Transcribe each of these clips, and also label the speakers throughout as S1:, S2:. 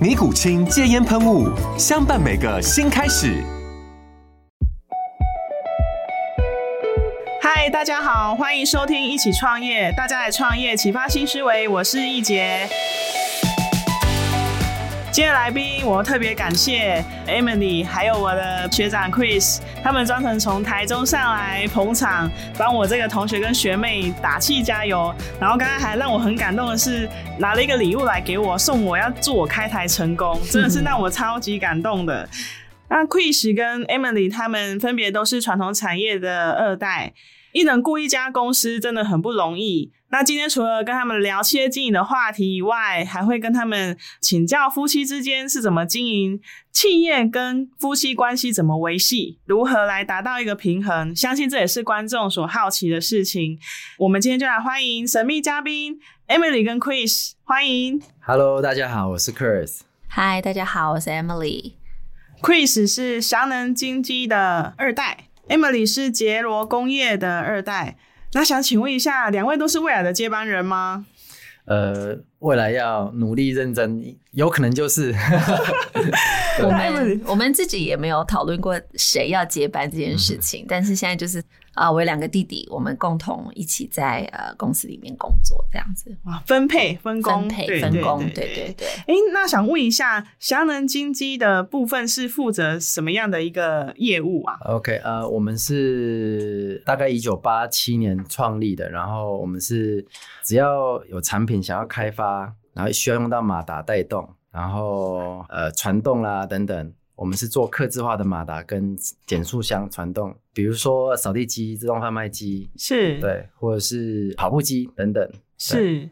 S1: 尼古清戒烟喷雾，相伴每个新开始。
S2: 嗨，大家好，欢迎收听《一起创业》，大家来创业，启发新思维。我是易杰。今天来宾，我特别感谢 Emily，还有我的学长 Chris，他们专程从台中上来捧场，帮我这个同学跟学妹打气加油。然后刚刚还让我很感动的是，拿了一个礼物来给我，送我要祝我开台成功，真的是让我超级感动的。那 Chris 跟 Emily 他们分别都是传统产业的二代，一人雇一家公司真的很不容易。那今天除了跟他们聊企业经营的话题以外，还会跟他们请教夫妻之间是怎么经营企业跟夫妻关系怎么维系，如何来达到一个平衡。相信这也是观众所好奇的事情。我们今天就来欢迎神秘嘉宾 Emily 跟 Chris，欢迎。
S3: Hello，大家好，我是 Chris。
S4: 嗨，大家好，我是 Emily。
S2: Chris 是祥能金鸡的二代，Emily 是杰罗工业的二代。那想请问一下，两位都是未来的接班人吗？
S3: 呃，未来要努力认真，有可能就是。
S4: 我
S2: 对
S4: 们我们自己也没有讨论过谁要接班这件事 情，但是现在就是啊、我有两个弟弟，我们共同一起在呃公司里面工作，这样子
S2: 哇，啊分配分工，
S4: 分配
S2: 对
S4: 分工，
S2: 对
S4: 对对。对。
S2: 哎、那想问一下，祥能金鸡的部分是负责什么样的一个业务啊？
S3: OK，呃，我们是大概一九八七年创立的，然后我们是只要有产品想要开发，然后需要用到马达带动，然后呃传动啦等等，我们是做客制化的马达跟减速箱传动，比如说扫地机、自动贩卖机，
S2: 是，
S3: 对，或者是跑步机等等。
S2: 是。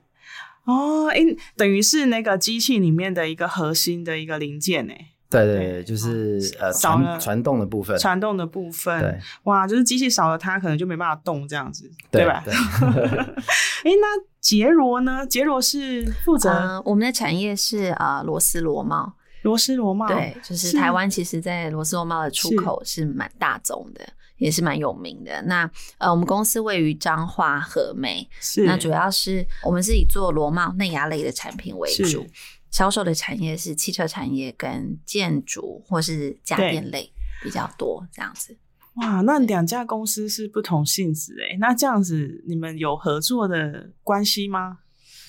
S2: 哦，哎、等于是那个机器里面的一个核心的一个零件呢、
S3: 对对对，就是呃
S2: 少了
S3: 传传动的部分。
S2: 传动的部分。
S3: 对
S2: 哇，就是机器少了它，可能就没办法动这样子，
S3: 对
S2: 吧？
S3: 对
S2: 哎、那杰罗呢？杰罗是负责
S4: 呃，我们的产业是呃螺丝螺帽，
S2: 螺丝螺帽，
S4: 对，就是
S2: 是
S4: 台湾其实，在螺丝螺帽的出
S2: 是
S4: 口是蛮大众的，也是蛮有名的。那呃，我们公司位于彰化和美，
S2: 是
S4: 那主要是我们是以做螺帽内压类的产品为
S2: 是
S4: 主，销售的产业是汽车产业跟建筑或是家
S2: 对
S4: 电类比较多，这样子。
S2: 哇，那两家公司是不同性质哎、那这样子你们有合作的关系吗？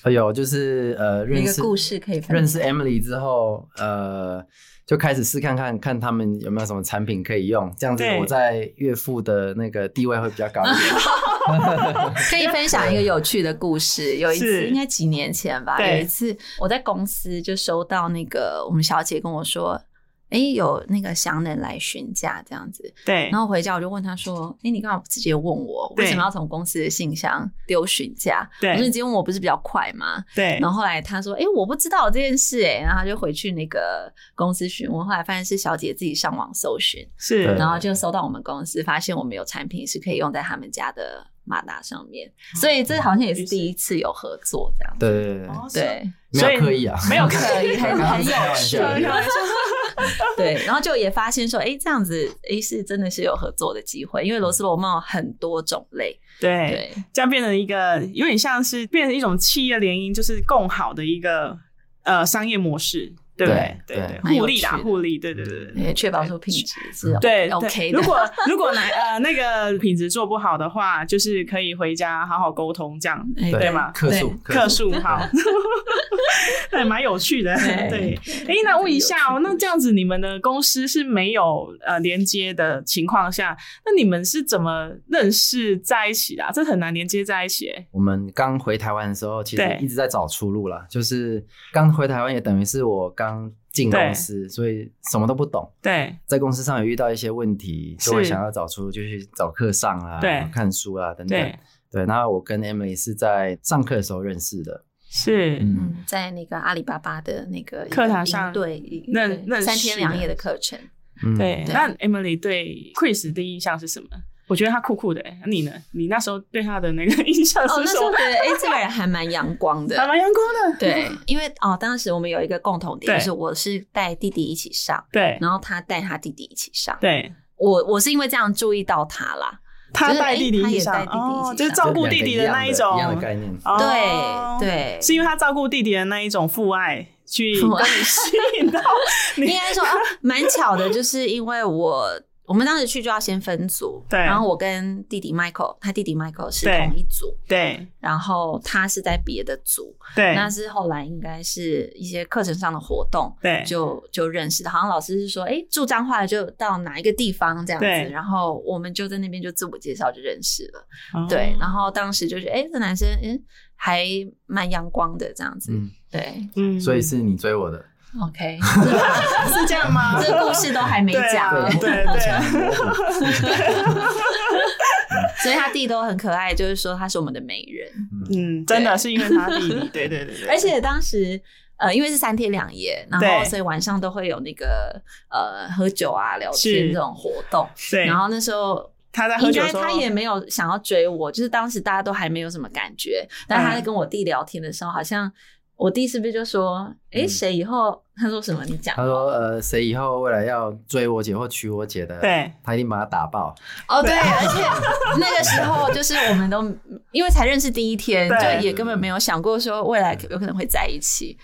S3: 哎呦，就是 呃，认
S4: 一个
S3: 识
S4: 故事可以分
S3: 认 识 Emily 之后，呃，就开始试看看看他们有没有什么产品可以用，这样子
S2: 对
S3: 我在岳父的那个地位会比较 高一点。
S4: 可以分享一个有趣的故事。有一次，
S2: 是
S4: 应该几年前吧，
S2: 对
S4: 有一次我在公司就收到那个我们小姐跟我说，哎、有那个祥人来询价这样子。
S2: 对，
S4: 然后回家我就问她说，哎、你干嘛不直接问我？
S2: 对
S4: 为什么要从公司的信箱丢询价？
S2: 对
S4: 我说你直接问我不是比较快吗？
S2: 对，
S4: 然后后来她说，哎、我不知道这件事、哎，然后她就回去那个公司询问，后来发现是小姐自己上网搜寻，
S2: 是
S3: 对
S4: 然后就收到我们公司，发现我们有产品是可以用在他们家的马达上面，
S2: 哦
S4: 所以这好像也是第一次有合作这样子。
S3: 对对对
S2: 哦，
S4: 对
S3: 对，没有刻意啊，
S2: 没有刻
S4: 可以，很很
S3: 开
S4: 有
S3: 玩
S4: 趣
S3: 笑，
S4: 对。然后就也发现说，哎，这样子，哎，是真的是有合作的机会，因为螺丝螺帽很多种类，
S2: 对，
S4: 对，
S2: 这样变成一个有点像是变成一种企业联姻，就是共好的一个呃商业模式，对不对？
S3: 对
S2: 对
S3: 对
S4: 蛮有
S2: 互利啦，
S4: 趣的嗯
S2: 互利，对对对对对。
S4: 也确保说品质是
S2: 对对
S4: OK 的。
S2: 如果如果哪呃那个品质做不好的话，就是可以回家好好沟通，这样
S4: 哎
S2: 对吗？
S3: 客诉
S2: 克数 好，对，蛮有趣的。对
S4: 对，
S2: 哎，那问一下哦，那这样子你们的公司是没有呃连接的情况下，那你们是怎么认识在一起的啊？这很难连接在一起欸。
S3: 我们刚回台湾的时候，其
S2: 对
S3: 实一直在找出路啦。就是刚回台湾，也等于是我刚进公司，所以什么都不懂。
S2: 对
S3: 在公司上有遇到一些问题，
S2: 是
S3: 就会想要找出路，就去找课上啊，
S2: 对
S3: 看书啊等等。
S2: 对，
S3: 对，那我跟 Emily 是在上课的时候认识的。
S2: 是，
S3: 嗯，
S4: 嗯，在那个阿里巴巴的那个
S2: 课堂上
S4: 对，
S2: 认
S4: 对
S2: 认识
S4: 三天
S2: 的
S4: 两夜的课程，
S3: 嗯
S2: 对。
S4: 对
S2: 那 Emily 对 Chris 的第一印象是什么？我觉得他酷酷的欸，你呢？你那时候对他的那个印象
S4: 哦，
S2: 是
S4: 那
S2: 什
S4: 时候
S2: 么
S4: 觉？得哎，这个人还蛮阳光 的，
S2: 还蛮阳光的，
S4: 对，因为哦，当时我们有一个共同点，
S2: 对
S4: 就是我是带弟弟一起上，
S2: 对
S4: 然后他带他弟弟一起上。
S2: 对，
S4: 我我是因为这样注意到他啦。
S2: 他
S4: 就是
S2: 带
S4: 诶
S2: 弟弟
S4: 他
S2: 一
S4: 也
S2: 起上
S4: 带弟弟一
S2: 哦，
S4: 起
S2: 就是
S4: 上
S2: 照
S3: 就
S2: 顾
S3: 两
S2: 弟
S3: 个
S2: 弟
S3: 一样
S2: 那一
S3: 的
S2: 种
S3: 一样的概念。
S2: 哦
S4: 对对
S2: 是因为他照顾弟弟的那一种父爱，去
S4: 父爱
S2: 把你吸引 到
S4: 应
S2: 你。
S4: 该说啊，蛮巧的，就是因为我我们当时去就要先分组，
S2: 对
S4: 然后我跟弟弟 Michael，他弟弟 Michael 是
S2: 对
S4: 同一组，
S2: 对
S4: 然后他是在别的组，
S2: 对
S4: 那是后来应该是一些课程上的活动，
S2: 对
S4: 就就认识的。好像老师是说，哎、住彰化就到哪一个地方这样子
S2: 对，
S4: 然后我们就在那边就自我介绍就认识了。
S2: 哦
S4: 对，然后当时就是，哎、这男生嗯还蛮阳光的这样子，
S3: 嗯，
S4: 对
S2: 嗯
S3: 所以是你追我的，
S4: ，OK，
S2: 是这样吗？
S4: 这个故事都还没
S2: 对
S4: 讲，
S2: 啊对
S3: 目前
S2: 对
S3: 很模糊。
S4: 所以他弟都很可爱，就是说他是我们的媒人，
S2: 嗯，真的是因为他弟弟，对对对对，
S4: 而且当时。呃，因为是三天两夜，然后
S2: 对
S4: 所以晚上都会有那个呃喝酒啊、聊
S2: 是
S4: 天这种活动。
S2: 对，
S4: 然后那时候
S2: 他在喝
S4: 应
S2: 酒的
S4: 该
S2: 时候，
S4: 他也没有想要追我，就是当时大家都还没有什么感觉，但
S2: 嗯
S4: 他在跟我弟聊天的时候，好像我弟是不是就说：“诶，
S3: 嗯
S4: 谁以后？”他说什么？你讲
S3: 他说：“呃，谁以后未来要追我姐或娶我姐的，
S2: 对
S3: 他一定把他打爆。
S4: 哦，对，而且那个时候就是我们都因为才认识第一天，
S2: 对
S4: 就也根本没有想过说未来有可能会在一起，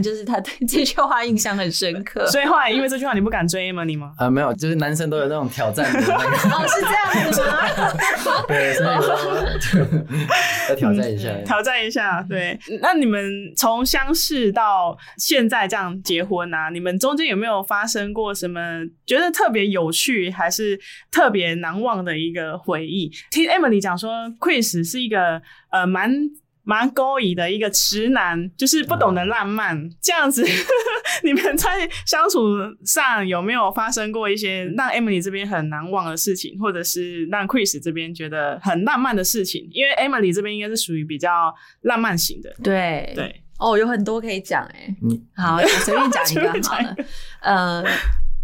S2: 对，
S4: 就是他对这句话印象很深刻。
S2: 所以后来因为这句话你不敢追 e m i l 吗？
S3: 呃，没有，就是男生都有那种挑战的 那个，
S4: 哦，是这样子吗？
S3: 对，所 以我要挑战一下。
S2: 嗯挑战一下，对。那你们从相识到现在这样结婚啊，你们中间有没有发生过什么觉得特别有趣，还是特别难忘的一个回忆？听 Emily 讲说，Chris 是一个呃蛮。蛮勾引的一个直男，就是不懂得浪漫、
S4: 嗯
S2: 这样子。 你们在相处上有没有发生过一些让 Emily 这边很难忘的事情，或者是让 Chris 这边觉得很浪漫的事情？因为 Emily 这边应该是属于比较浪漫型的，
S4: 对，
S2: 对
S4: 哦，有很多可以讲哎、
S3: 你
S4: 好，我随便讲一
S2: 随便
S4: 个好
S2: 讲一
S4: 了。呃，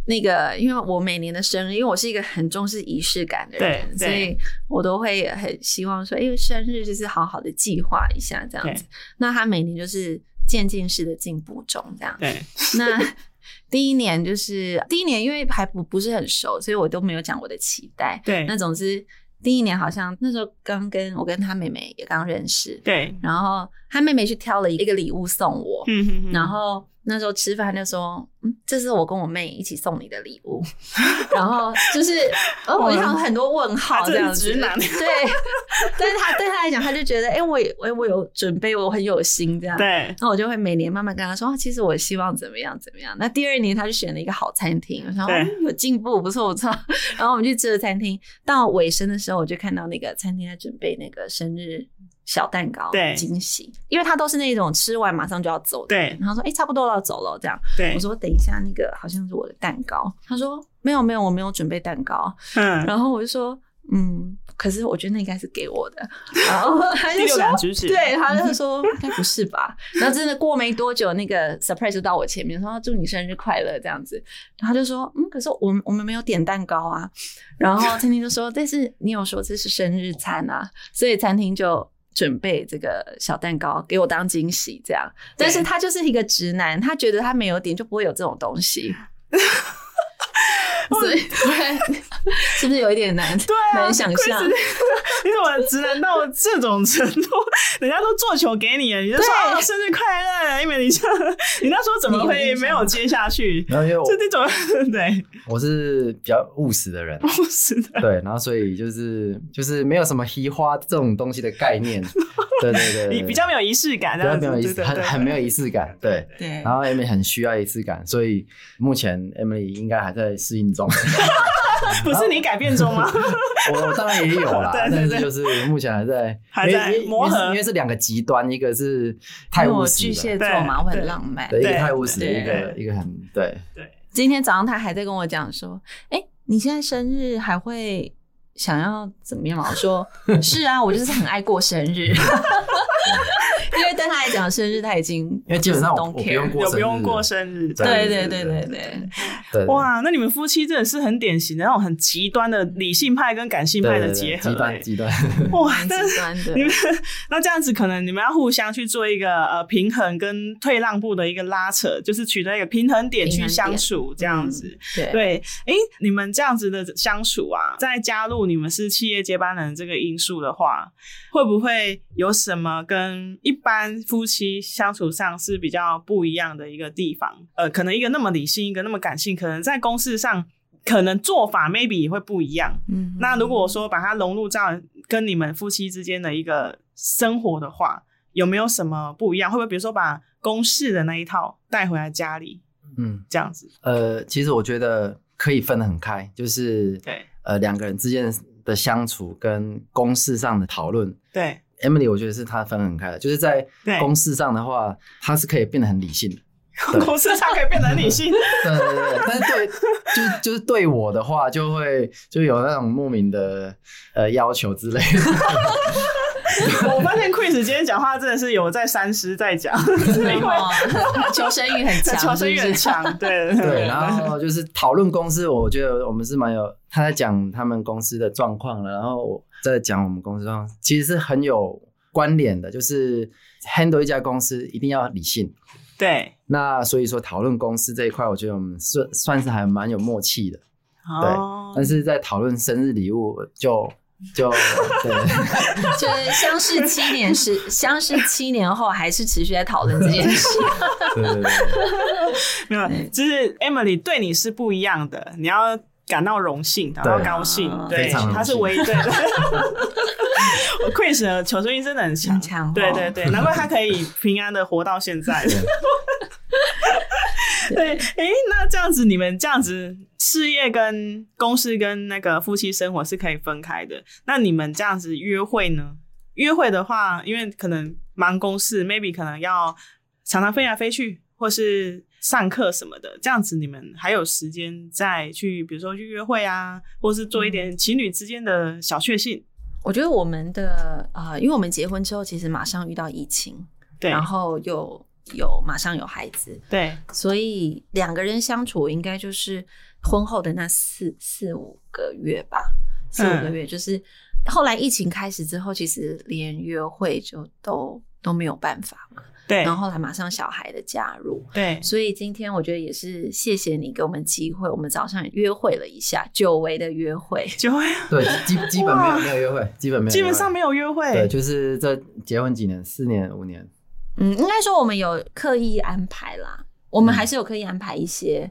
S4: 那个，因为我每年的生日，因为我是一个很重视仪式感的人，
S2: 对
S4: 所
S2: 对
S4: 以我都会很希望说，哎、生日就是好好的计划一下这样子。那他每年就是渐进式的进步中这样。
S2: 对
S4: 那第一年就是第一年，因为还不不是很熟，所以我都没有讲我的期待。
S2: 对
S4: 那总之第一年好像那时候刚跟我跟他妹妹也刚认识，
S2: 对，
S4: 然后他妹妹去挑了一个礼物送我，
S2: 嗯哼哼
S4: 然后那时候吃饭就说，嗯，这是我跟我妹一起送你的礼物， 然后就是，呃，我就想很多问
S2: 他
S4: 号
S2: 真的
S4: 这样子，
S2: 直男
S4: 对，但是他对他来讲，他就觉得，哎、我也，我我有准备，我很有心这样，。
S2: 对
S4: 那我就会每年慢慢跟他说，啊其实我希望怎么样怎么样。那第二年他就选了一个好餐厅，我想
S2: 对
S4: 嗯有进步，不错不错。然后我们去吃了餐厅，到尾声的时候，我就看到那个餐厅在准备那个生日小蛋糕
S2: 对
S4: 惊喜，因为他都是那种吃完马上就要走的。
S2: 对
S4: 然后说，哎、差不多了，走了这样。
S2: 对，
S4: 我说，等一下，那个好像是我的蛋糕。他说，没有没有，我没有准备蛋糕。
S2: 嗯，
S4: 然后我就说，嗯，可是我觉得那应该是给我 的。然后他
S2: 第
S4: 就
S2: 六
S4: 说
S2: 感，举止，
S4: 对，他就说应该不是 吧。然后真的过没多久，那个 surprise 就到我前面，说祝你生日快乐这样子。然后他就说，嗯，可是我们我们没有点蛋糕啊。然后餐厅就说，但是你有说这是生日餐啊，所以餐厅就。准备这个小蛋糕给我当惊喜，这样。但是他就是一个直男，他觉得他 没有点就不会有这种东西，所以对 是不是有一点难？
S2: 对啊，
S4: 难想象
S2: Chris，。你 怎么直男到这种程度？人家都做球给你了，你就说
S4: 对
S2: 哦生日快乐，因为你这样，你那时候怎么
S4: 你有
S2: 会
S4: 印象
S2: 没有接下去？
S3: 然后因为我
S2: 就这种 对，
S3: 我是比较务实的 人，
S2: 不是的。
S3: 对，然后所以就是就是没有什么移花这种东西的概念，对对对对
S2: 比比较没有仪式感，
S3: 比
S2: 这
S3: 较
S2: 样
S3: 没
S2: 子，
S3: 有仪式，
S2: 对
S3: 很很没。有
S2: 对对
S3: 仪式感，对。啊
S4: 对
S3: 然，后 Emily 很需要仪式感，所以目前 Emily 应该还在适 应中。
S2: 不是你改变中 吗？，
S3: 我当然也有啦
S2: 对对对
S3: 但是就是目前还在
S2: 还在
S3: 因为因为
S2: 磨合
S3: 因为是因为是两个极端，一个是太
S4: 因为
S3: 务
S4: 我
S3: 实
S4: 巨
S3: 的
S4: 蟹座
S2: 对
S4: 嘛，我很
S2: 对
S4: 浪漫。
S3: 对，一个
S2: 对
S3: 太务实，
S4: 对
S3: 一个一个很对，
S4: 今天早上他还在跟我讲说：“哎、你现在生日还会想要怎么样吗？”我说：“ 是啊，我就是很爱过生日。” 因为对他来讲，生日他已经
S3: 因为基本上我
S4: don't
S3: 我不用
S4: care
S3: 过
S2: 有
S3: 生日，
S2: 不用过生日？
S3: 对
S4: 对
S3: 对
S4: 对对对对，
S3: 对，对
S2: 哇，那你们夫妻真的是很典型的那种很极端的理性派跟感性
S3: 对
S2: 派
S3: 对
S2: 的
S3: 对
S2: 结合、
S3: 极端
S2: 欸
S3: 极端，
S2: 哇，
S4: 蛮
S2: 但
S4: 极端的
S2: 你。们 那这样子，可能你们要互相去做一个呃平衡跟退让步的一个拉扯，就是取得一个平衡点
S4: 平
S2: 去
S4: 衡
S2: 相
S4: 点嗯
S2: 处，这样子。
S4: 对
S2: 对，哎、你们这样子的相处啊，再加入你们是企业接班人这个因素的话，会不会有什么跟一般夫妻相处上是比较不一样的一个地方？呃，可能一个那么理性，一个那么感性，可能在公事上，可能做法 maybe 也会不一样。
S4: 嗯
S2: 那如果说把它融入到跟你们夫妻之间的一个生活的话，有没有什么不一样？会不会比如说把公式的那一套带回来家里
S3: 嗯
S2: 这样子？
S3: 呃，其实我觉得可以分得很开，就是
S2: 对
S3: 呃两个人之间的相处跟公事上的讨论。
S2: 对
S3: Emily，我觉得是她分得很开的，就是在
S2: 对
S3: 公事上的话，她是可以变得很理性的。对
S2: 公式上可以变成理 性，
S3: 对对对，但是对，就是就是对我的话，就会就有那种莫名的呃要求之类的。
S2: 我发现 Chris 今天讲话真的是有在三思在讲，是因为
S4: 哦求生欲很强，
S2: 求生欲
S4: 是
S2: 很
S4: 不是
S2: 强，对
S3: 对，然后就是讨论公司，我觉得我们是蛮有他在讲他们公司的状况了，然后我在讲我们公司状况，其实是很有关联的，就是 handle 一家公司一定要理性。
S2: 对，
S3: 那所以说讨论公司这一块，我觉得我们算算是还蛮有默契的，
S2: 哦
S3: 但是在讨论生日礼物就 就对。
S4: 就是相识七年是相识七年后，还是持续在讨论这 件事。
S3: 对对对，
S2: 没有，就是 Emily 对你是不一样的，你要感到荣幸，感到高兴，
S4: 啊
S3: 对
S2: 对
S3: 非常，荣幸
S2: 他是唯一 对的。我 Chris 的求生欲真的很强，
S4: 很强哦
S2: 对对对，难怪他可以平安的活到现在。 对，哎、那这样子，你们这样子，事业跟公司跟那个夫妻生活是可以分开的。那你们这样子约会呢？约会的话，因为可能忙公事，maybe 可能要常常飞来飞去，或是上课什么的，这样子你们还有时间再去，比如说去约会啊，或是做一点情侣之间的小确幸。
S4: 我觉得我们的呃，因为我们结婚之后，其实马上遇到疫情，
S2: 对
S4: 然后又有马上有孩子，
S2: 对
S4: 所以两个人相处应该就是婚后的那四四五个月吧，四五个月
S2: 嗯
S4: 就是后来疫情开始之后，其实连约会就都都没有办法嘛。
S2: 对
S4: 然后后来马上小孩的加入，
S2: 对
S4: 所以今天我觉得也是谢谢你给我们机会，我们早上约会了一下，久违的约会。
S2: 就会
S3: 对基基本没
S2: 哇
S3: 有没有约会，基本没有约会，
S2: 基本上没有哎约会，
S3: 对，就是这结婚几年，四年五年，
S4: 嗯，应该说我们有刻意安排啦，我
S3: 嗯
S4: 们还是有刻意安排一些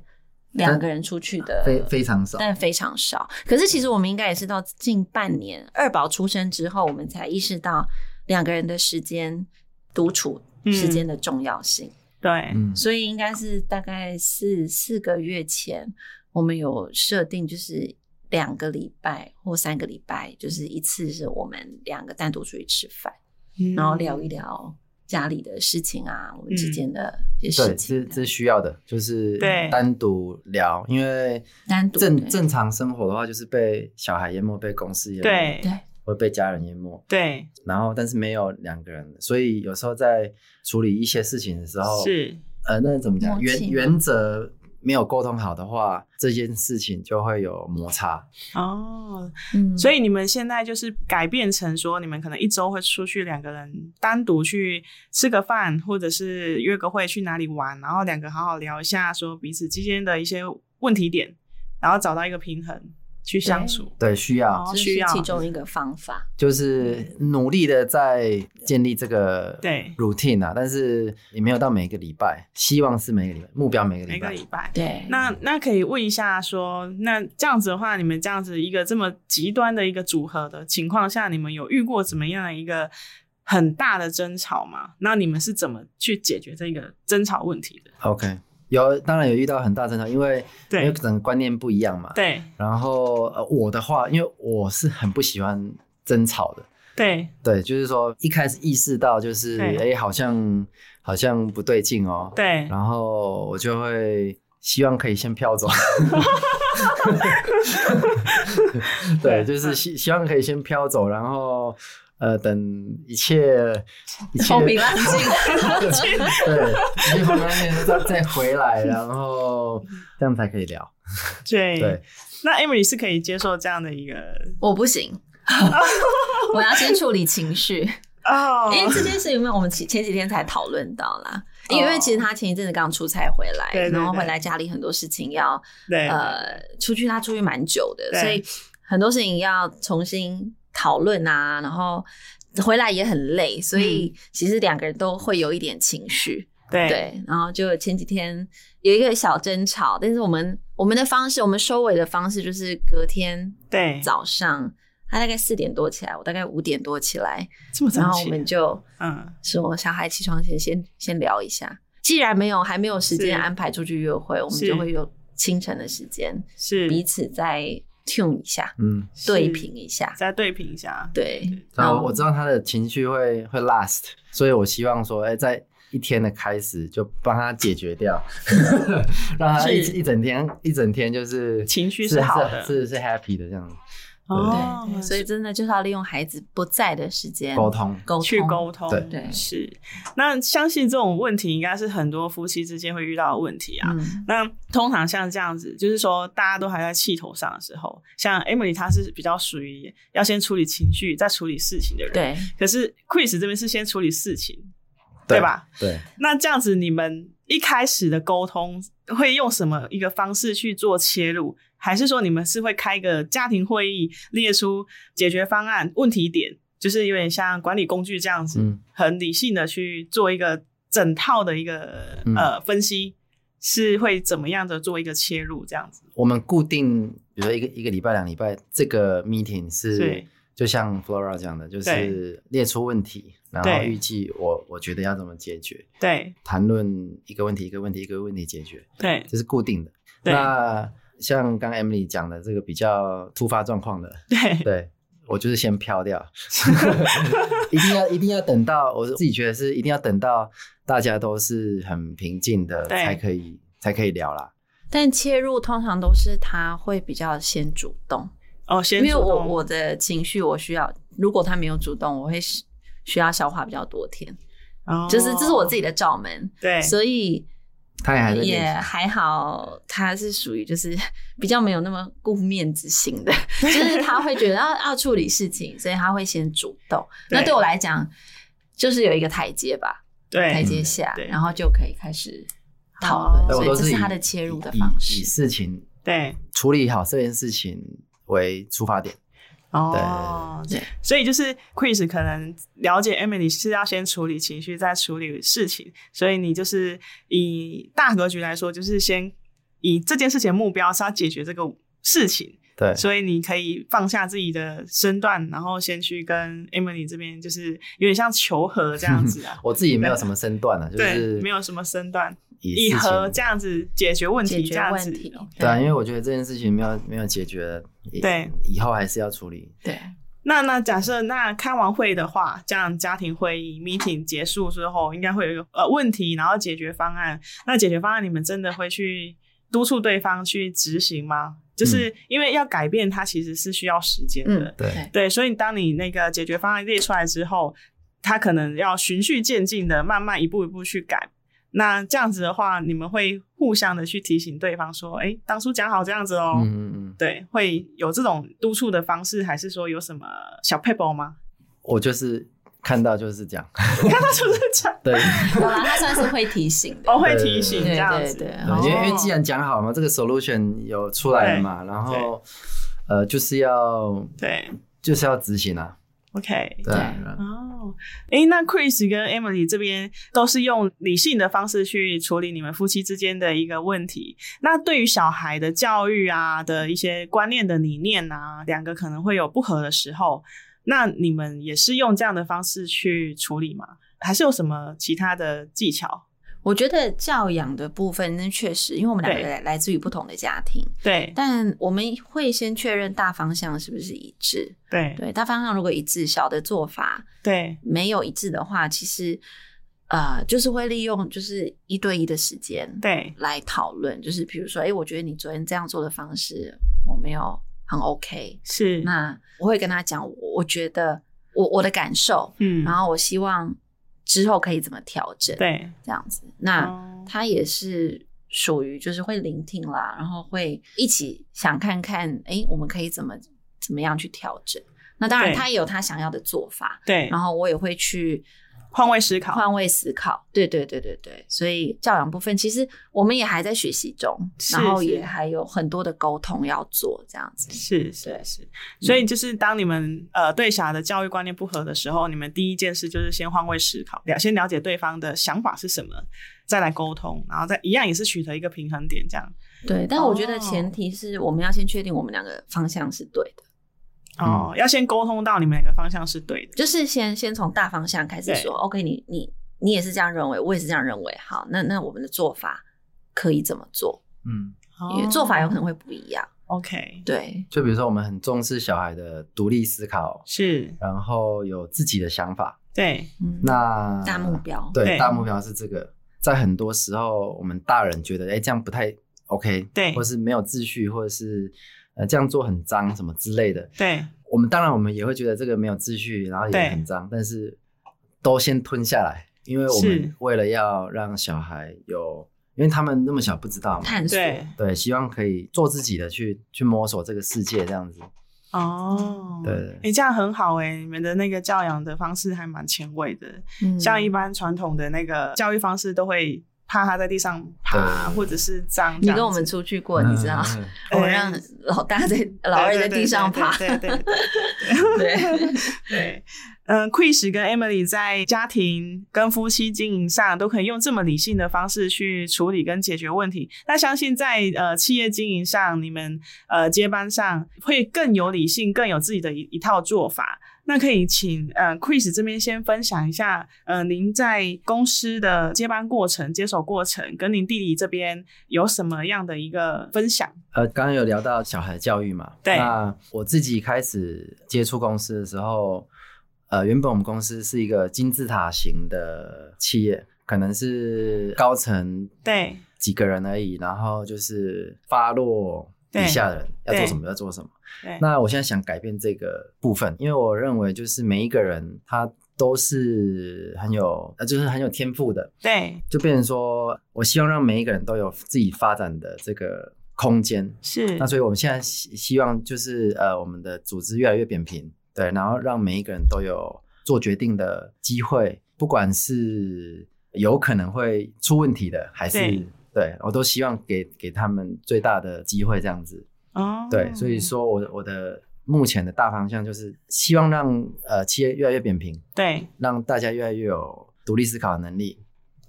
S4: 两个人出去的，
S3: 非非常少。
S4: 但非常少。可是其实我们应该也是到近半年二宝出生之后，我们才意识到两个人的时间独处
S2: 嗯
S4: 时间的重要性。
S2: 对
S3: 嗯，
S4: 所以应该是大概是四个月前，我们有设定就是两个礼拜或三个礼拜，就是一次是我们两个单独出去吃饭，
S2: 嗯
S4: 然后聊一聊家里的事情啊，我们之间的一些事
S3: 对，
S4: 情
S3: 这
S4: 啊。
S3: 这需要的，就是
S2: 对
S3: 单独聊，因为
S4: 啊单独
S3: 正
S4: 对
S3: 正常生活的话，就是被小孩淹没，被公司淹
S2: 对
S3: 没，
S4: 对
S3: 会被家人淹没，
S2: 对
S3: 然后但是没有两个人，所以有时候在处理一些事情的时候，
S2: 是
S3: 呃，那怎么讲？
S4: 默契
S3: 原原则没有沟通好的话，这件事情就会有摩擦。
S2: 哦，
S4: 嗯，
S2: 所
S4: 以
S2: 以你们现在就是改变成说，你们可能一周会出去两个人单独去吃个饭，或者是约个会去哪里玩，然后两个好好聊一下，说彼此之间的一些问题点，然后找到一个平衡。去相处。
S3: 对，需要
S2: 哦
S4: 这
S2: 需
S4: 是
S2: 要
S4: 其中一个方法。
S3: 就是努力的在建立这个
S2: 对
S3: routine 啊，但是也没有到每个礼拜，希望是每个礼拜，目标每个
S2: 每
S3: 礼
S2: 个
S3: 拜。
S2: 礼拜，
S4: 对，
S2: 那那可以问一下说那这样子的话，你们这样子一个这么极端的一个组合的情况下，你们有遇过怎么样的一个很大的争吵吗？那你们是怎么去解决这个争吵问题的？
S3: OK，有当然有遇到很大争吵，因为因为
S2: 对
S3: 整个观念不一样嘛。
S2: 对
S3: 然后呃，我的话，因为我是很不喜欢争吵的，
S2: 对
S3: 对，就是说一开始意识到就是哎、
S2: 对
S3: 诶好像好像不对劲哦，
S2: 对，
S3: 然后我就会希望可以先飘 走。对，
S2: 对
S4: 嗯
S3: 就是希希望可以先飘走，然后呃，等一切一切
S4: 风平浪静，
S3: 对，一切风平浪静再再回来，然后这样才可以聊。
S2: 对
S3: 对，
S2: 那 Emily 是可以接受这样的一个
S4: 我不行。我要先处理情绪，
S2: 哦
S4: 因为这件事情，我们前前几天才讨论到啦。因
S2: 哦
S4: 为其实他前一阵子刚出差回来，
S2: 对对对
S4: 然后回来家里很多事情要
S2: 对
S4: 呃出去，他出去蛮久的，
S2: 对
S4: 所以很多事情要重新讨论啊，然后回来也很累，所以其实两个人都会有一点情绪。
S2: 嗯对
S4: 对，然后就前几天有一个小争吵，但是我们我们的方式，我们收尾的方式就是隔天
S2: 对，
S4: 早上，他大概四点多起来，我大概五点多起来，
S2: 这么
S4: 然
S2: 早
S4: 后我
S2: 起，
S4: 们就
S2: 嗯，
S4: 说小孩起床前先先聊一下，既然没有还没有时
S2: 是
S4: 间安排出去约会，我们
S2: 是
S4: 就会有清晨的时间
S2: 是
S4: 彼此再 tune 一下，
S3: 嗯，
S2: 是
S4: 对平一下，
S2: 再对平一下，
S4: 对，
S3: 然后
S4: 嗯
S3: 我知道他的情绪会会 last，所以我希望说，哎、在一天的开始就帮他解 决掉，让他一
S4: 是
S3: 一整天一整天就是
S2: 情绪
S3: 是
S2: 是好的
S3: 是是是 happy 的这样子
S2: 哦
S4: 对，对，所以真的就是要利用孩子不在的时
S2: 嗯
S4: 间
S3: 沟通。
S4: 沟通
S2: 去沟通，
S3: 对
S4: 对
S2: 是。那相信这种问题应该是很多夫妻之间会遇到的问题啊。
S4: 嗯，
S2: 那通常像这样子，就是说大家都还在气头上的时候，像 Emily 她是比较属于要先处理情绪，再处理事情的人。。
S4: 对。
S2: 可是 Chris 这边是先处理事情，
S3: 对
S2: 对吧？
S3: 对，
S2: 那这样子，你们一开始的沟通会用什么一个方式去做切入？还是说你们是会开个家庭会议，列出解决方案、问题点，就是有点像管理工具这样子，
S3: 嗯
S2: 很理性的去做一个整套的一个、
S3: 嗯
S2: 呃分析，是会怎么样的做一个切入这样子？
S3: 我们固定，比如说一个一个礼拜、两礼拜，这个 meeting 是
S2: 对
S3: 就像 Flora 讲的，就是列出问题，然后
S2: 对
S3: 预计我我觉得要怎么解决，
S2: 对
S3: 谈论一个问题一个问题一个问题解决，
S2: 对
S3: 这是固定的。
S2: 对
S3: 那像刚 Emily 讲的这个比较突发状况的，
S2: 对
S3: 对我就是先飘掉，一定要一定要等到我自己觉得是一定要等到大家都是很平静的
S2: 对
S3: 才可以才可以聊啦。
S4: 但切入通常都是他会比较先主动，
S2: 哦，先
S4: 因为
S2: 主
S4: 我
S2: 动
S4: 我的情绪我需要，如果他没有主动，我会需需要消化比较多天，
S2: 哦
S4: 就是这是我自己的罩门，
S2: 对
S4: 所以
S3: 他也还在
S4: 也
S3: 练习。
S4: 还好，他是属于就是 比较没有那么顾面子型 的，就是他会觉得哦要要处理事情，所以他会先主动。
S2: 对
S4: 那对我来讲，就是有一个台阶吧，
S2: 对
S4: 台阶下
S2: 对，
S4: 然后就可以开始讨论，
S2: 哦
S3: 但嗯我
S4: 所以
S3: 都
S4: 这
S3: 以
S4: 是他的切入的
S3: 以
S4: 方
S3: 以
S4: 式。
S3: 事情
S2: 对
S3: 处理好这件事情为出发点。
S2: 哦，
S4: 对对
S2: 所以就是 Chris 可能了解 Emily 是要先处理情绪，再处理事情，所以你就是以大格局来说，就是先以这件事情的目标是要解决这个事情，
S3: 对，。
S2: 所以你可以放下自己的身段，然后先去跟 Emily 这边就是有点像求和这样子 啊
S3: 我自己没有什么身段啊了，就
S2: 对
S3: 是，
S2: 没有什么身段，
S3: 以
S2: 以
S3: 事
S2: 和
S3: 情
S2: 这样子解决问
S4: 解
S2: 题，这
S4: 决
S2: 样
S4: 问
S2: 子
S4: 题，
S3: 对啊，因为我觉得这件事情没有没有解决，以
S2: 对，
S3: 以后还是要处理。
S4: 对，
S2: 那那假设那开完会的话，这样家庭会议 meeting 结束之后，应该会有一个呃问题，然后解决方案。那解决方案你们真的会去督促对方去执行吗？就是因为要改变它其实是需要时间的，
S4: 嗯
S3: 对，
S2: 对，所以当你那个解决方案列出来之后，它可能要循序渐进的，慢慢一步一步去改。那这样子的话，你们会互相的去提醒对方说，哎、当初讲好这样子哦、
S3: 嗯嗯嗯，
S2: 对，会有这种督促的方式，还是说有什么小 paper 吗？
S3: 我就是看到就是这样，
S2: 看他是不是讲，
S3: 对，
S4: 有啦，他算是会提醒 的
S3: 哦
S2: 我，会提醒这
S4: 对
S2: 样
S4: 对
S2: 子，
S4: 对，
S3: 对因为因为
S2: 哦
S3: 既然讲好了嘛，这个 solution 有出来了嘛，然后呃，就是要
S2: 对
S3: 就是要执行啊，
S2: ，OK。
S3: 对啊。
S2: 哦，诶，那 Chris 跟 Emily 这边都是用理性的方式去处理你们夫妻之间的一个问题。那对于小孩的教育啊的一些观念的理念啊，两个可能会有不合的时候，那你们也是用这样的方式去处理吗？还是有什么其他的技巧？
S4: 我觉得教养的部分，那确实，因为我们两个
S2: 对
S4: 来来自于不同的家庭，
S2: 对
S4: 但我们会先确认大方向是不是一致。
S2: 对
S4: 对，大方向如果一致，小的做法
S2: 对
S4: 没有一致的话，其实呃，就是会利用就是一对一的时间
S2: 对
S4: 来讨论，就是比如说，哎、我觉得你昨天这样做的方式我没有很 OK，
S2: 是，
S4: 那我会跟他讲，我我觉得我我的感受，
S2: 嗯，
S4: 然后我希望之后可以怎么调整，，
S2: 对，
S4: 这样子。那、
S2: 哦
S4: 他也是属于就是会聆听啦，然后会一起想看看，诶，我们可以怎么怎么样去调整。那当然，
S2: 对
S4: 他也有他想要的做法，
S2: 对
S4: 然后我也会去
S2: 换位思考
S4: 换位思考。对对对对对，所以教养部分其实我们也还在学习中，
S2: 是
S4: 然后
S2: 是
S4: 也还有很多的沟通要做，这样子。
S2: 是是
S4: 对嗯
S2: 是，所以就是当你们呃对小孩的教育观念不合的时候，你们第一件事就是先换位思考，了先了解对方的想法是什么，再来沟通，然后再一样也是取得一个平衡点，这样
S4: 对，但我觉得
S2: 哦
S4: 前提是我们要先确定我们两个方向是对的，
S2: 哦，要先沟通到你们两个方向是对的，
S4: 就是先先从大方向开始说，OK，你你你也是这样认为，我也是这样认为，好，那那我们的做法可以怎么做？
S3: 嗯，
S4: 因为做法有可能
S2: 会
S4: 会不一样。
S2: 哦 OK
S4: 对，
S3: 就比如说我们很重视小孩的独立思考，
S2: 是
S3: 然后有自己的想法。
S2: 对
S4: 嗯，
S3: 那
S4: 大目标，
S3: 对
S2: 对
S3: 大目标是这个，在很多时候我们大人觉得，哎，这样不太 OK，
S2: 对
S3: 或是没有秩序，或者是呃这样做很脏什么之类的。
S2: 对
S3: 我们当然我们也会觉得这个没有秩序，然后
S2: 对
S3: 也很脏，但是都先吞下来，因为我
S2: 是
S3: 们为了要让小孩有，因为他们那么小不知道嘛，
S4: 探索，
S2: 对
S3: 对，希望可以做自己的去去摸索这个世界这样子。
S2: 哦，
S3: 对
S2: 诶，这样很好诶，你们的那个教养的方式还蛮前卫的，
S4: 嗯
S2: 像一般传统的那个教育方式都会。怕他在地上爬，
S3: 对
S2: 或者是脏。
S4: 你
S2: 这样
S4: 跟我们
S2: 子嗯
S4: 出去过，你知道，
S3: 嗯
S4: 我让老大在 老二在地上爬，
S2: 对对对对
S4: 对，
S2: 对，嗯，Chris 跟 Emily 在家庭跟夫妻经营上都可以用这么理性的方式去处理跟解决问题。那相信在呃企业经营上，你们呃接班上会更有理性，更有自己的一一套做法。那可以请呃 Chris 这边先分享一下，呃，您在公司的接班过程、接手过程，跟您弟弟这边有什么样的一个分享？
S3: 呃，刚刚有聊到小孩教育嘛，
S2: 对
S3: 那我自己开始接触公司的时候，呃，原本我们公司是一个金字塔型的企业，可能是高层
S2: 对
S3: 几个人而已，然后就是发落底下的人要
S2: 对
S3: 做什么要做什么。
S2: 对，
S3: 那我现在想改变这个部分，因为我认为就是每一个人他都是很有，呃，就是很有天赋的，
S2: 对
S3: 就变成说我希望让每一个人都有自己发展的这个空间。
S2: 是
S3: 那所以我们现在希希望就是呃，我们的组织越来越扁平，对，然后让每一个人都有做决定的机会，不管是有可能会出问题的，还是
S2: 对
S3: 对我都希望给给他们最大的机会，这样子。
S2: 哦，
S3: 对，所以说我的我的目前的大方向就是希望让呃企业越来越扁平，
S2: 对
S3: 让大家越来越有独立思考的能力，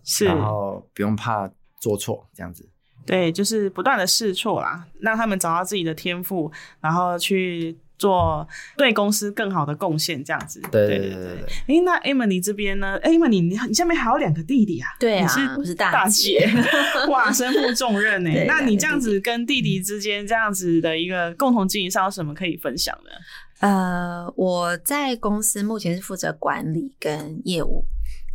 S2: 是。
S3: 然后不用怕做错，这样子。
S2: 对，就是不断的试错啦，让他们找到自己的天赋，然后去做对公司更好的贡献，这样子。
S3: 对
S2: 对
S3: 对对对对。
S2: 哎，那 Emily 这边呢诶？Emily，你你下面还有两个弟弟啊？
S4: 对啊
S2: 你
S4: 我
S2: 是
S4: 是大
S2: 姐
S4: 姐，
S2: 哇，身负重任呢、
S4: 对
S2: 那
S4: 两个
S2: 你这样子跟弟弟之间这样子的一个共同经营上，有什么可以分享的？
S4: 呃，我在公司目前是负责管理跟业务，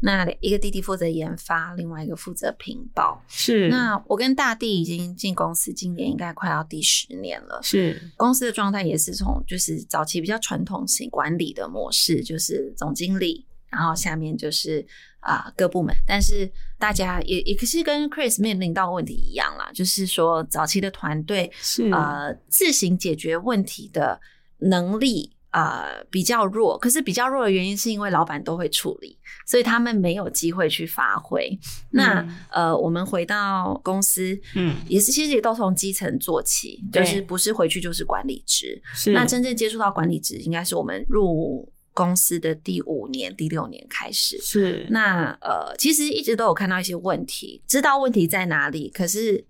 S4: 那一个弟弟负责研发，另外一个负责屏保。
S2: 是
S4: 那我跟大弟已经进公司，今年应该快要第十年了。
S2: 是
S4: 公司的状态也是从就是早期比较传统型管理的模式，就是总经理，然后下面就是啊、各部门。但是大家也也可是跟 Chris 面临到的问题一样啦，就是说早期的团队
S2: 是
S4: 呃自行解决问题的能力。呃比较弱，可是比较弱的原因是因为老板都会处理，所以他们没有机会去发挥。那、
S2: 嗯
S4: 呃，我们回到公司，
S2: 嗯，
S4: 也是其实也都从基层做起，就
S2: 对嗯
S4: 是不是回去就是管理职。
S2: 是
S4: 那真正接触到管理职，应该是我们入公司的第五年、第六年开始。
S2: 是
S4: 那呃，其实一直都有看到一些问题，知道问题在哪里，可是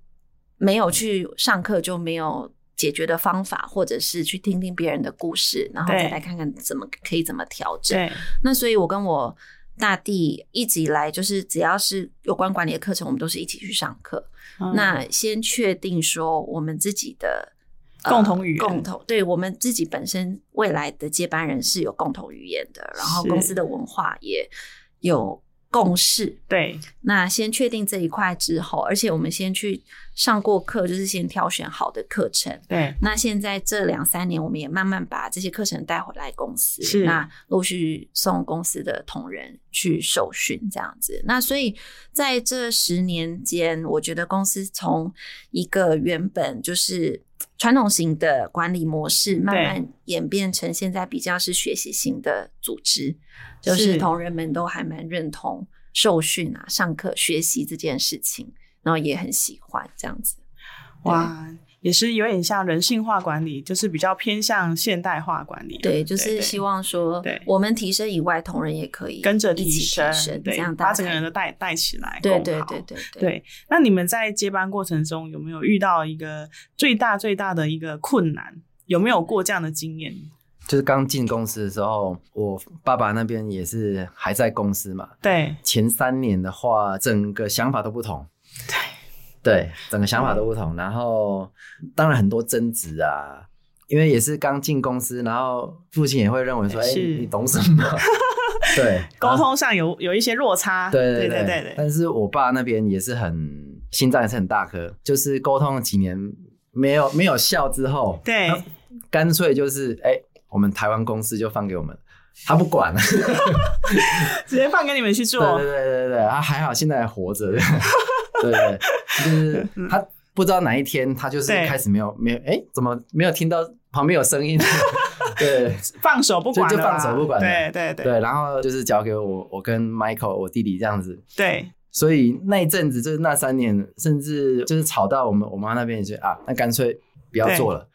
S4: 没有去上课就没有解决的方法，或者是去听听别人的故事，然后
S2: 对
S4: 再来看看怎么可以怎么调整。
S2: 对
S4: 那所以，我跟我大弟一直以来就是只要是有关管理的课程，我们都是一起去上课。
S2: 嗯
S4: 那先确定说我们自己的。呃
S2: 共同语言
S4: 共同对我们自己本身未来的接班人是有共同语言的，然后
S2: 是
S4: 公司的文化也有共识。
S2: 对
S4: 那先确定这一块之后，而且我们先去上过课，就是先挑选好的课程，
S2: 对
S4: 那现在这两三年，我们也慢慢把这些课程带回来公司，
S2: 是
S4: 那陆续送公司的同仁去受训这样子。那所以在这十年间，我觉得公司从一个原本就是传统型的管理模式，慢慢演变成现在比较是学习型的组织，就是
S2: 是
S4: 同仁们都还蛮认同受训啊、上课学习这件事情，然后也很喜欢这样子。
S2: 哇。也是有点像人性化管理，就是比较偏向现代化管理。
S4: 对，就是希
S2: 望
S4: 望说，
S2: 对
S4: 我们提升以外，同仁也可以
S2: 跟着
S4: 一
S2: 提
S4: 起
S2: 升，
S4: 升，这
S2: 对，
S4: 样大
S2: 把
S4: 家
S2: 整个
S4: 才
S2: 人都带带起来。
S4: 对
S2: 共
S4: 对
S2: 好
S4: 对对对
S2: 对，那你们在接班过程中有没有遇到一个最大最大的一个困难？有没有过这样的经验？
S3: 就是刚进公司的时候，我爸爸那边也是还在公司嘛。
S2: 对
S3: 前三年的话，整个想法都不同。对，对，整个想法都不同。然后，当然很多争执啊，因为也是刚进公司，然后父亲也会认为说：“哎、
S2: 是
S3: 你懂什么？” 对，
S2: 沟
S3: 然后
S2: 通上有有一些落差。
S3: 啊对
S2: 对
S3: 对对
S2: 对对，
S3: 但是我爸那边也是很心脏也是很大颗，就是沟通了几年没有没有效之后，
S2: 对
S3: 他干脆就是哎、我们台湾公司就放给我们，他不管了。
S2: 直接放给你们去做
S3: 对。对对对对，他还好现在还活着。对对，就是他不知道哪一天他就是
S2: 对
S3: 开始没有没有哎、怎么没有听到旁边有声音？对
S2: 放手不管
S3: 就
S2: 了
S3: 就
S2: 啦，
S3: 放手不管了
S2: 对对对
S3: 对，然后就是交给我我跟 Michael 我弟弟这样子。
S2: 对
S3: 所以那一阵子就是那三年，甚至就是吵到我们我妈那边也是啊，那干脆不要做了。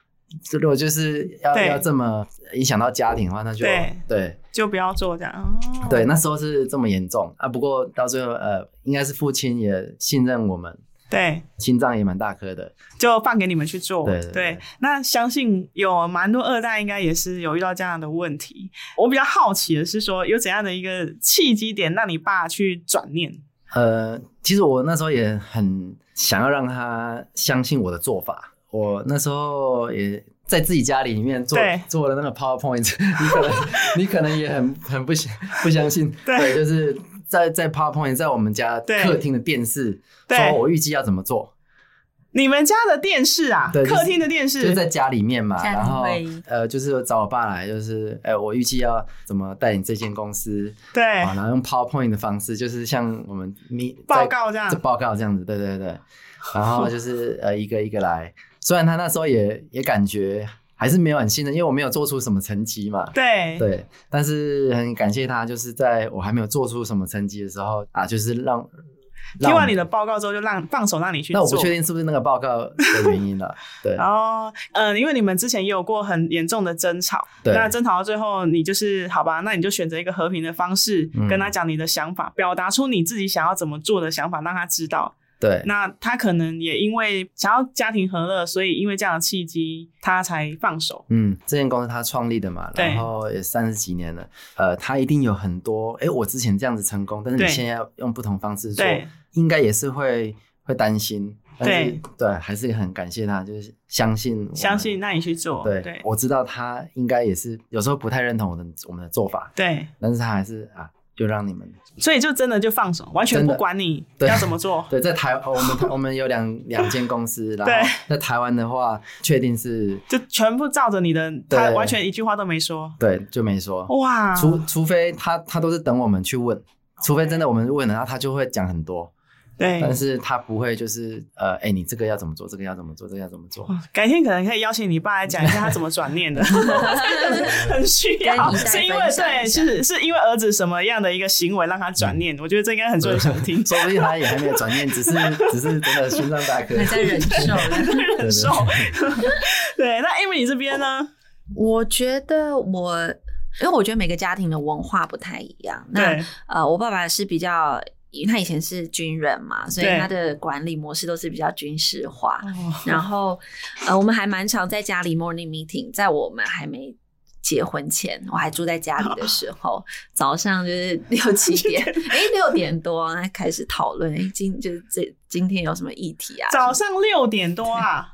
S3: 这如果就是要
S2: 对
S3: 要这么影响到家庭的话，那就
S2: 对
S3: 对
S2: 就不要做这样。哦
S3: 对，那时候是这么严重啊。不过到最后，呃，应该是父亲也信任我们，
S2: 对，
S3: 心脏也蛮大颗的。
S2: 就放给你们去做。
S3: 对对对
S2: 那相信有蛮多二代应该也是有遇到这样的问题。我比较好奇的是说，有怎样的一个契机点让你爸去转念？
S3: 呃，其实我那时候也很想要让他相信我的做法。我那时候也在自己家里里面做
S2: 对
S3: 做了那个 PowerPoint，你 可能你可能也很很不相不相信，
S2: 对
S3: 就是在在 PowerPoint 在我们家
S2: 对
S3: 客厅的电视，
S2: 对
S3: 说我预计要怎么做，
S2: 你们家的电视啊，
S3: 对就是
S2: 客厅的电
S3: 就
S2: 视，
S3: 是在家里面嘛，
S4: 家庭
S3: 然后
S4: 会
S3: 呃，就是找我爸来，就是哎、我预计要怎么带领这间公司，
S2: 对
S3: 啊，然后用 PowerPoint 的方式，就是像我们你
S2: 哎报告这样
S3: 报告这样子，对对对。然后就是呃，一个一个来。虽然他那时候也也感觉还是没有很信任，因为我没有做出什么成绩嘛。
S2: 对
S3: 对，但是很感谢他，就是在我还没有做出什么成绩的时候啊，就是让
S2: 听完你的
S3: 的，
S2: 报告之后，就让放手让你去
S3: 那
S2: 做。
S3: 我不确定是不是那个报告的原因 了。对，
S2: 然后，呃，因为你们之前也有过很严重的争吵，
S3: 对
S2: 那争吵到最后，你就是好吧，那你就选择一个和平的方式，
S3: 嗯
S2: 跟他讲你的想法，表达出你自己想要怎么做的想法，让他知道。
S3: 对，
S2: 那他可能也因为想要家庭和乐，所以因为这样的契机，他才放手。
S3: 嗯，这间公司他创立的嘛，
S2: 对
S3: 然后也三十几年了，呃，他一定有很多，哎，我之前这样子成功，但是你
S2: 对
S3: 现在要用不同方式做
S2: 对，
S3: 应该也是会会担心，但是
S2: 对
S3: 对，还是很感谢他，就是相信我们
S2: 相信，那你去做。
S3: 对，
S2: 对
S3: 我知道他应该也是有时候不太认同我的我们的做法，
S2: 对，
S3: 但是他还是啊，就让你们
S2: 所以就真的就放手，完全
S3: 真
S2: 不
S3: 的
S2: 管你
S3: 对
S2: 要怎么做。
S3: 对，在台我 们我们有两两间公司，然后
S2: 对
S3: 在台湾的话，确定是
S2: 就全部照着你的，他
S3: 对
S2: 完全一句话都没说。
S3: 对，就没说
S2: 哇，
S3: 除除非他他都是等我们去问，除非真的我们问了，然后他就会讲很多。
S2: 对，
S3: 但是他不会就是呃，哎、你这个要怎么做，这个要怎么做，这个要怎么做，，
S2: 改天可能可以邀请你爸来讲一下他怎么转念的，很需要，
S4: 跟一代
S2: 是因为
S4: 分享
S2: 对，
S4: 一下
S2: 是是因为儿子什么样的一个行为让他转念？我觉得这应该很多人想听
S3: 说不定他也还没有转念，只是只是真的心脏大颗
S4: 还。在忍受。
S2: 忍受。 对，那 Amy 你这边呢？
S4: 我觉得我，因为我觉得每个家庭的文化不太一样。那
S2: 对
S4: 呃，我爸爸是比较，因为他以前是军人嘛，所以
S2: 对
S4: 他的管理模式都是比较军事化。
S2: 哦
S4: 然后呃，我们还蛮常在家里 morning meeting，在我们还没。结婚前，我还住在家里的时候，早上就是六七点，哎，六点多那开始讨论，哎，今就是这今天有什么议题啊？
S2: 早上六点多啊，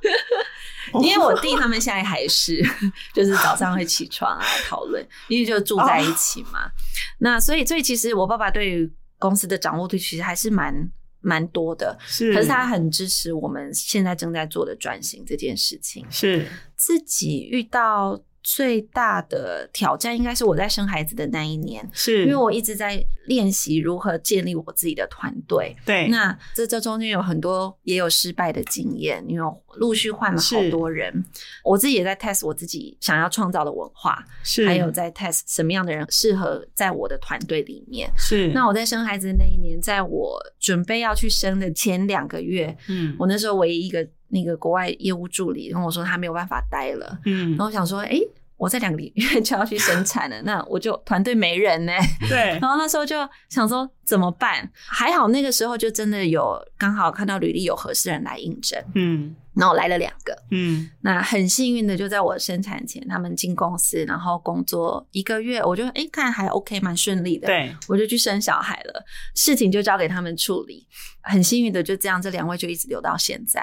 S4: 因为我弟他们现在还是 就是早上会起床啊讨论，因为就住在一起嘛。那所以所以其实我爸爸对于公司的掌握度其实还是蛮蛮多的，
S2: 是，
S4: 可是他很支持我们现在正在做的转型这件事情。
S2: 是
S4: 自己遇到最大的挑战应该是我在生孩子的那一年，
S2: 是，
S4: 因为我一直在练习如何建立我自己的团队。
S2: 对
S4: 那这这中间有很多也有失败的经验，因为我陆续换了好
S2: 是
S4: 多人，我自己也在 test 我自己想要创造的文化，
S2: 是
S4: 还有在 test 什么样的人适合在我的团队里面。
S2: 是
S4: 那我在生孩子的那一年，在我准备要去生的前两个月，
S2: 嗯
S4: 我那时候唯一一个那个国外业务助理跟我说他没有办法待了，
S2: 嗯
S4: 然后我想说，诶，我在两个月 就要去生产了，那我就团队没人呢、
S2: 对
S4: 然后那时候就想说怎么办？还好那个时候就真的有刚好看到履历有合适人来应征，
S2: 嗯
S4: 然后来了两个。
S2: 嗯
S4: 那很幸运的就在我生产前，他们进公司，然后工作一个月，我就诶看还 OK，蛮顺利的。。
S2: 对
S4: 我就去生小孩了，事情就交给他们处理。很幸运的，就这样，这两位就一直留到现在。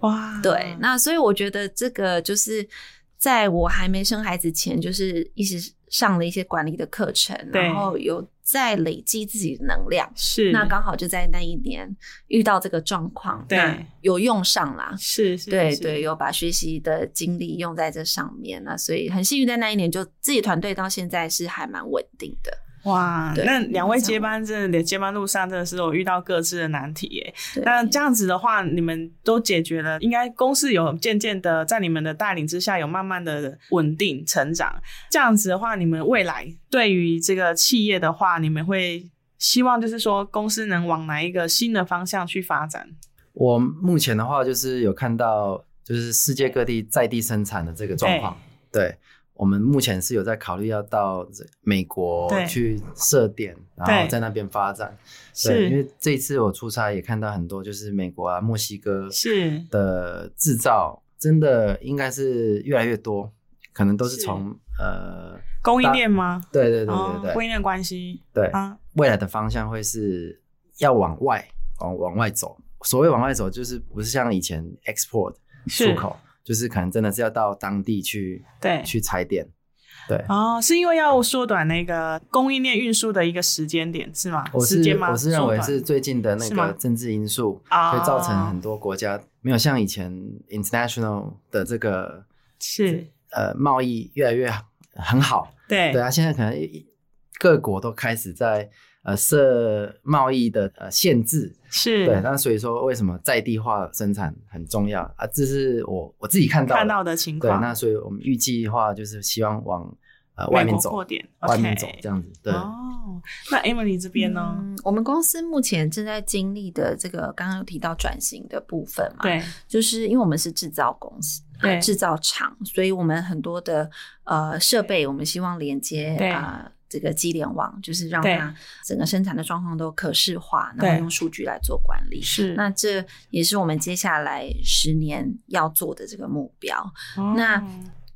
S2: 哇
S4: 对，那所以我觉得这个就是在我还没生孩子前，就是一直上了一些管理的课程，
S2: 对
S4: 然后有在累积自己的能量。
S2: 是
S4: 那刚好就在那一年遇到这个状况，
S2: 对
S4: 那有用上啦。
S2: 是是
S4: 对
S2: 是
S4: 对，有把学习的经历用在这上面，那所以很幸运，在那一年就自己团队到现在是还蛮稳定的。
S2: 哇，
S4: 对
S2: 那两位接班真的接班路上真的是有遇到各自的难题耶。
S4: 对
S2: 那这样子的话，你们都解决了，应该公司有渐渐的在你们的带领之下，有慢慢的稳定成长。这样子的话，你们未来对于这个企业的话，你们会希望就是说公司能往哪一个新的方向去发展？
S3: 我目前的话，就是有看到就是世界各地在地生产的这个状况。对，我们目前是有在考虑要到美国
S2: 对
S3: 去设点，然
S2: 对
S3: 后在那边发展。对，因
S2: 是
S3: 为这一次我出差也看到很多，就是美国啊、墨西哥
S2: 是，
S3: 的制造，真的应该是越来越多，可能都是
S2: 是
S3: 从呃，
S2: 供应链吗？
S3: 对对对
S2: 哦
S3: 对对
S2: 供应链关系
S3: 对，
S2: 啊，
S3: 未来的方向会是要往外往往外走。所谓往外走，就是不是像以前 export
S2: 是
S3: 出口，就是可能真的是要到当地去
S2: 对
S3: 去踩点。对，
S2: 哦，是因为要缩短那个供应链运输的一个时间点是吗？
S3: 我
S2: 时
S3: 是
S2: 间吗？
S3: 我是认
S2: 缩
S3: 为
S2: 短
S3: 是最近的那
S2: 是吗
S3: 个政治因素，
S2: 啊
S3: 会造成很多国家没有像以前 international 的这个
S2: 是，
S3: 呃贸易越来越很好。
S2: 对
S3: 对啊，现在可能一各国都开始在呃设贸易的呃限制，
S2: 是
S3: 对，那所以说为什么在地化生产很重要啊？这是我我自己看到的
S2: 看到的情
S3: 对，
S2: 况。
S3: 那所以我们预计的话就是希望往呃
S2: 美
S3: 外面
S2: 国
S3: 走，
S2: 扩点
S3: 外面走
S2: OK
S3: 这样子，对，
S2: 哦，那 Emily 这边呢？
S4: 嗯我们公司目前正在经历的这个刚刚有提到转型的部分嘛，，
S2: 对，
S4: 就是因为我们是制造公司，
S2: 对
S4: 呃制造厂，所以我们很多的呃设备，我们希望连接
S2: 对
S4: 啊。呃这个机联网就是让
S2: 对
S4: 它整个生产的状况都可视化，
S2: 对
S4: 然后用数据来做管理。
S2: 是
S4: 那这也是我们接下来十年要做的这个目标。
S2: 哦
S4: 那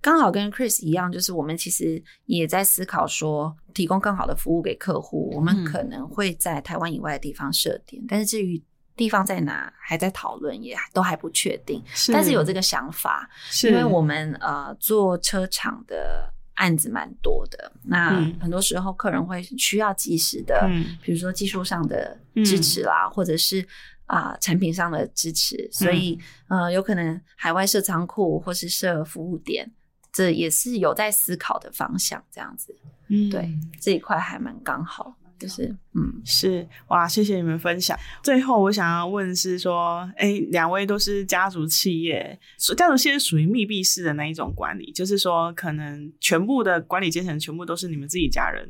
S4: 刚好跟 Chris 一样，就是我们其实也在思考说，提供更好的服务给客户，我
S2: 嗯
S4: 们可能会在台湾以外的地方设点，但是至于地方在哪，还在讨论，也都还不确定。但是有这
S2: 个，
S4: 个想法，
S2: 是
S4: 因为我们呃做车厂的案子蛮多的，那
S2: 嗯
S4: 很多时候客人会需要及时的，
S2: 嗯
S4: 比如说技术上的支持啦，或者是啊、产品上的支
S2: 嗯
S4: 持，所以、呃有可能海外设仓库或是设服务点，这也是有在思考的方向，这样子
S2: 嗯
S4: 对这一块还蛮刚好。就是嗯，
S2: 是哇，谢谢你们分享。最后我想要问是说，哎、两位都是家族企业，所家族企业属于密闭式的那一种管理，就是说可能全部的管理阶层全部都是你们自己家人，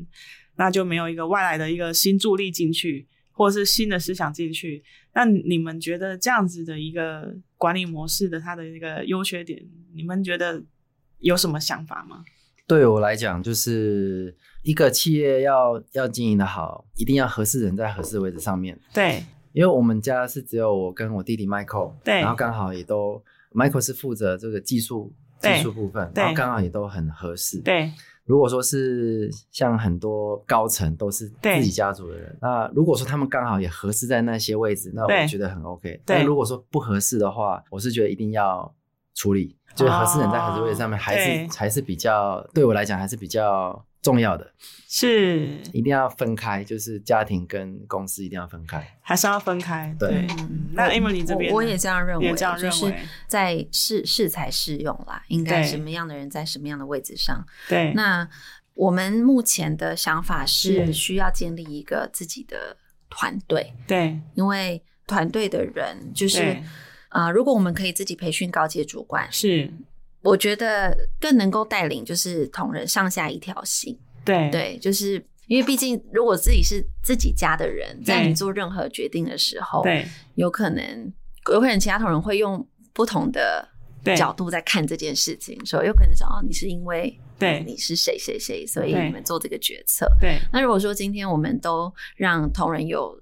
S2: 那就没有一个外来的一个新助力进去，或者是新的思想进去。那你们觉得这样子的一个管理模式的它的一个优缺点，你们觉得有什么想法吗？
S3: 对我来讲，就是一个企业要要经营的好，一定要合适人在合适位置上面。
S2: 对
S3: 因为我们家是只有我跟我弟弟 Michael，
S2: 对
S3: 然后刚好也都 Michael 是负责这个技术技
S2: 对
S3: 术部分，
S2: 对
S3: 然后刚好也都很合适。，
S2: 对
S3: 如果说是像很多高层都是
S2: 对
S3: 自己家族的人，那如果说他们刚好也合适在那些位置，那
S2: 对
S3: 我觉得很 OK。但如果说不合适的话，我是觉得一定要处理，就是合适人在合适位置上面，
S2: 哦
S3: 还
S2: 对
S3: 是还是比较对我来讲还是比较重要的，
S2: 是。
S3: 一定要分开，就是家庭跟公司一定要分开。
S2: 还是要分开。
S3: 对
S2: 嗯那 Emily 这边呢
S4: 我我也这样认为，
S2: 也这样认为
S4: 就是在适适才适用啦，应该
S2: 对
S4: 什么样的人在什么样的位置上。
S2: 对，
S4: 那我们目前的想法
S2: 是
S4: 是需要建立一个自己的团队，
S2: 对
S4: 因为团队的人就是
S2: 对
S4: 啊、呃如果我们可以自己培训高阶主管，
S2: 是，
S4: 我觉得更能够带领就是同仁上下一条心。
S2: 对
S4: 对，就是因为毕竟如果自己是自己家的人，在
S2: 对
S4: 你做任何决定的时候，
S2: 对
S4: 有可能有可能其他同仁会用不同的。
S2: 对
S4: 角度在看这件事情，说有可能想哦，你是因为
S2: 对
S4: 你是谁谁谁，所以
S2: 对
S4: 你们做这个决策。
S2: 对
S4: 那如果说今天我们都让同仁有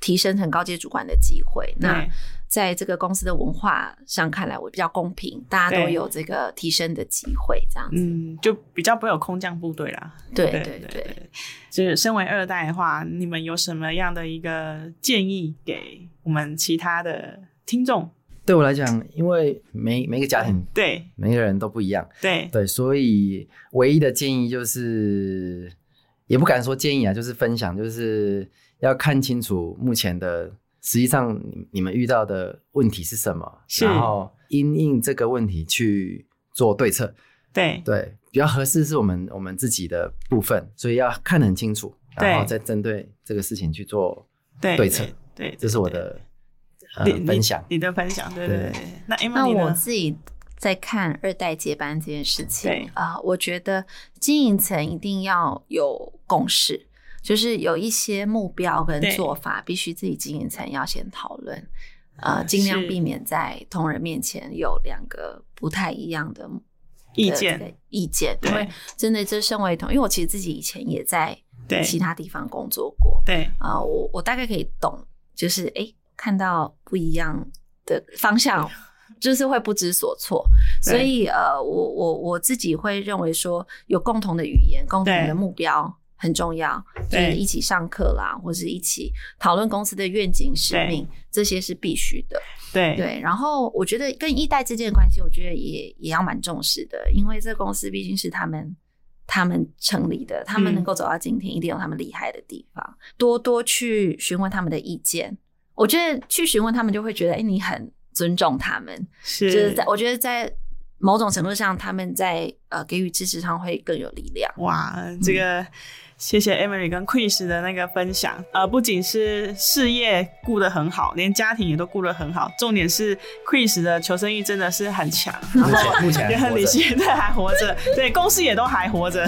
S4: 提升成高阶主管的机会，那
S2: 对
S4: 在这个公司的文化上看来，我比较公平，大家都
S2: 对
S4: 有这个提升的机会，这样子。
S2: 嗯，就比较不会有空降部队啦。
S4: 对
S2: 对
S4: 对对，
S2: 对，就是身为二代的话，你们有什么样的一个建议给我们其他的听众？
S3: 对我来讲，因为每每个家庭、
S2: 对
S3: 每个人都不一样，
S2: 对
S3: 对，所以唯一的建议就是，也不敢说建议啊，就是分享，就是要看清楚目前的，实际上你你们遇到的问题是什么，
S2: 是
S3: 然后因应这个问题去做对策。
S2: 对
S3: 对，比较合适是我们我们自己的部分，所以要看得很清楚，然后
S2: 对
S3: 再针对这个事情去做。
S2: 对
S3: 对策，
S2: 对，
S3: 这是我的呃
S2: 对你
S3: 分享。
S2: 你的分享，对对对。对那
S4: 那
S2: Emily
S4: 我
S2: 呢？
S4: 自己在看二代接班这件事
S2: 对
S4: 情啊、我觉得经营层一定要有共识，就是有一些目标跟
S2: 对
S4: 做法，必须自己经营层要先讨论，呃，尽量
S2: 是
S4: 避免在同仁面前有两个不太一样的
S2: 意
S4: 的
S2: 见
S4: 这个意见，呃因为
S2: 对
S4: 真的这身为同，因为我其实自己以前也在
S2: 对
S4: 其他地方工作过，
S2: 对
S4: 啊、我我大概可以懂，就是诶，看到不一样的方向，就是会不知所措。
S2: 对
S4: 所以呃，我我我自己会认为说，有共同的语言、共同
S2: 对
S4: 的目标很重要，就
S2: 对
S4: 是一起上课啦，或是一起讨论公司的愿景、使
S2: 对
S4: 命，这些是必须的。
S2: 对
S4: 对，然后我觉得跟一代之间的关系，我觉得也也要蛮重视的，因为这个公司毕竟是他们他们成立的，他们
S2: 嗯
S4: 能够走到今天，一定有他们厉害的地方。多多去询问他们的意见，我觉得去询问他们就会觉得，哎，你很尊重他们，就是是在我觉得在某种程度上，他们在呃给予支持上会更有力量。
S2: 哇，这个谢谢 Emily 跟 Chris 的那个分享。呃，不仅是事业顾得很好，连家庭也都顾得很好。重点是 Chris 的求生欲真的是很强，然
S3: 目
S2: 后
S3: 前目 前
S2: 也
S3: 还
S2: 很
S3: 活
S2: 理
S3: 着。
S2: 性，对，还活着，对，公司也都还活着。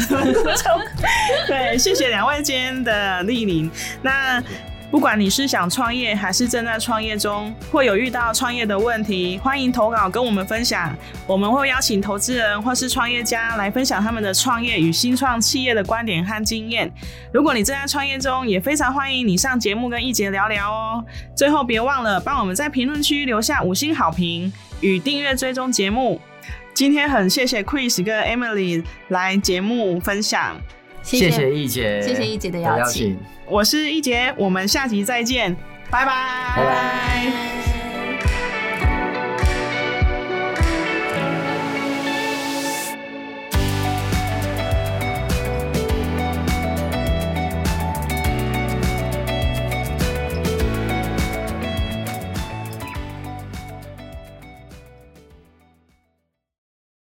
S2: 对，谢谢两位今天的莅临。那不管你是想创业还是正在创业中，或有遇到创业的问题，欢迎投稿跟我们分享。我们会邀请投资人或是创业家来分享他们的创业与新创企业的观点和经验。如果你正在创业中，也非常欢迎你上节目跟一杰聊聊哦。最后，别忘了帮我们在评论区留下五星好评与订阅追踪节目。今天很谢谢 Chris 跟 Emily 来节目分享，
S3: 谢谢易姐，
S4: 谢谢易姐的邀
S3: 邀
S4: 请
S3: 请。
S2: 我是一杰，我们下集再见，拜拜
S3: 拜
S4: 拜。